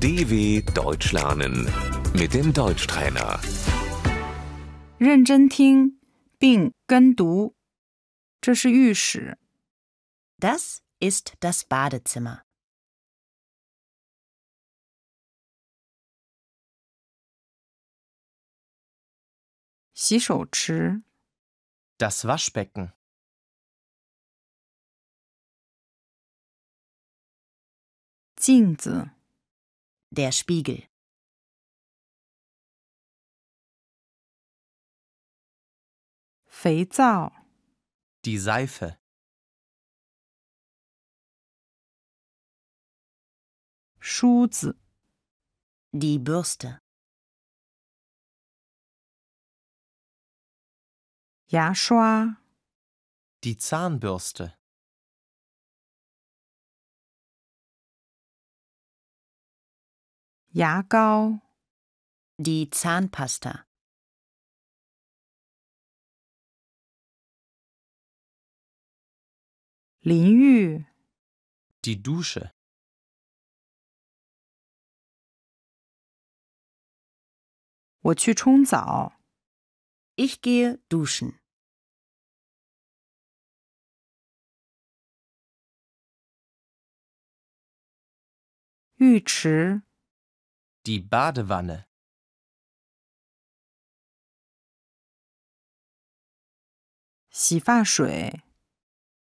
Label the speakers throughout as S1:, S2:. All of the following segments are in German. S1: DW Deutsch lernen mit dem Deutschtrainer.
S2: 认真听并跟读。这是浴室，
S3: Das ist das Badezimmer.
S2: 洗手池、
S4: Das Waschbecken.
S2: 镜子、
S3: Der Spiegel.
S2: 肥皂、
S4: Die Seife.
S2: 梳子、
S3: Die Bürste.
S2: 牙刷、
S4: Die Zahnbürste.
S2: 牙膏、
S3: Die Zahnpasta.
S2: 淋浴、
S4: Die Dusche.
S2: 我去冲澡、
S3: Ich gehe duschen.
S2: 浴池、
S4: Die Badewanne.
S2: 洗发水、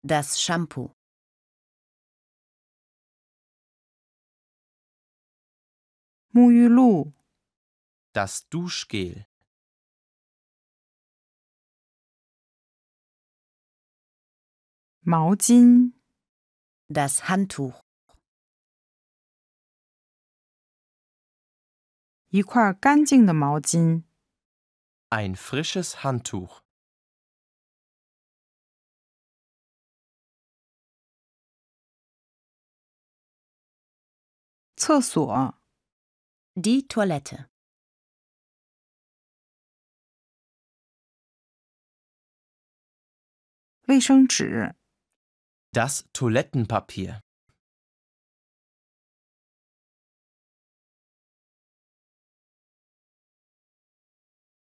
S3: Das Shampoo.
S2: 沐浴露、
S4: Das Duschgel.
S2: 毛巾、
S3: Das Handtuch.
S2: 一块干净的毛巾、
S4: Ein frisches Handtuch.
S2: 厕所、
S3: Die Toilette.
S2: 卫生纸、
S4: Das Toilettenpapier.